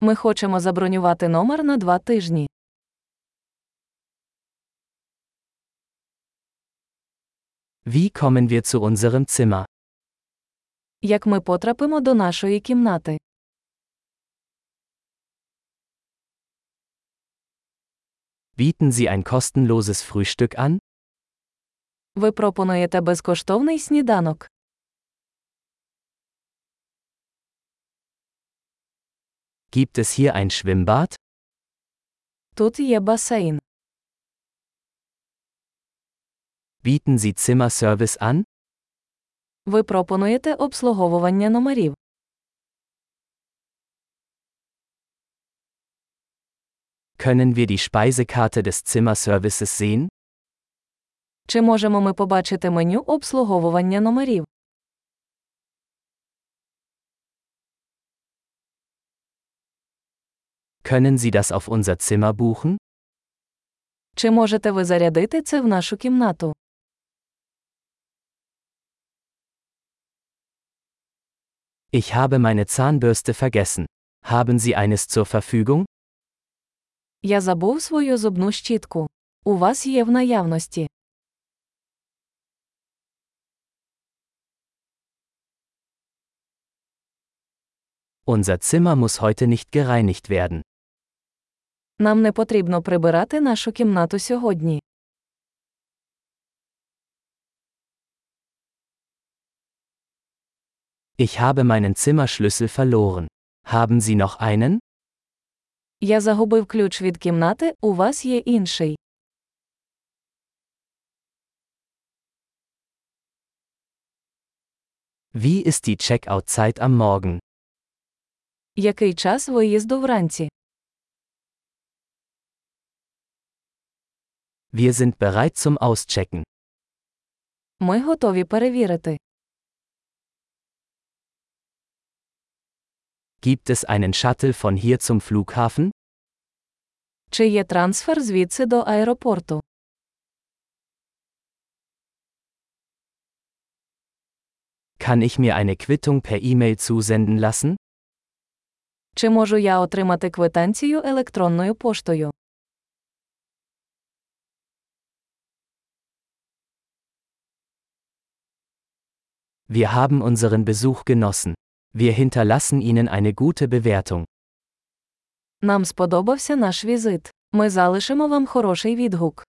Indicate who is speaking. Speaker 1: Ми хочемо забронювати номер на два тижні.
Speaker 2: Wie kommen wir zu unserem Zimmer?
Speaker 1: Як ми потрапимо до нашої кімнати?
Speaker 2: Bieten Sie ein kostenloses Frühstück an?
Speaker 1: Ви пропонуєте безкоштовний сніданок.
Speaker 2: Gibt es hier ein Schwimmbad?
Speaker 1: Тут є басейн.
Speaker 2: Bieten Sie Zimmerservice an?
Speaker 1: Ви пропонуєте обслуговування номерів.
Speaker 2: Können wir die Speisekarte des Zimmerservices sehen?
Speaker 1: Чи можемо ми побачити меню обслуговування номерів?
Speaker 2: Können Sie das auf unser Zimmer buchen?
Speaker 1: Чи можете ви зарядити це в нашу кімнату?
Speaker 2: Ich habe meine Zahnbürste vergessen. Haben Sie eines zur Verfügung?
Speaker 1: Я забув свою зубну щітку. У вас є в наявності.
Speaker 2: Unser Zimmer muss heute nicht gereinigt werden.
Speaker 1: Нам не потрібно прибирати нашу кімнату сьогодні.
Speaker 2: Ich habe meinen Zimmerschlüssel verloren. Haben Sie noch einen?
Speaker 1: Я загубив ключ від кімнати, у вас є інший.
Speaker 2: Wie ist die Checkout-Zeit am Morgen?
Speaker 1: Який час виїзду вранці?
Speaker 2: Wir sind bereit zum Auschecken.
Speaker 1: Ми готові перевірити.
Speaker 2: Gibt es einen Shuttle von hier zum Flughafen?
Speaker 1: Чи є трансфер звідси до аеропорту?
Speaker 2: Kann ich mir eine Quittung per E-Mail zusenden lassen?
Speaker 1: Чи можу я отримати квитанцію електронною поштою?
Speaker 2: Wir haben unseren Besuch genossen. Wir hinterlassen Ihnen eine gute Bewertung.
Speaker 1: Нам сподобався наш візит. Ми залишимо вам хороший відгук.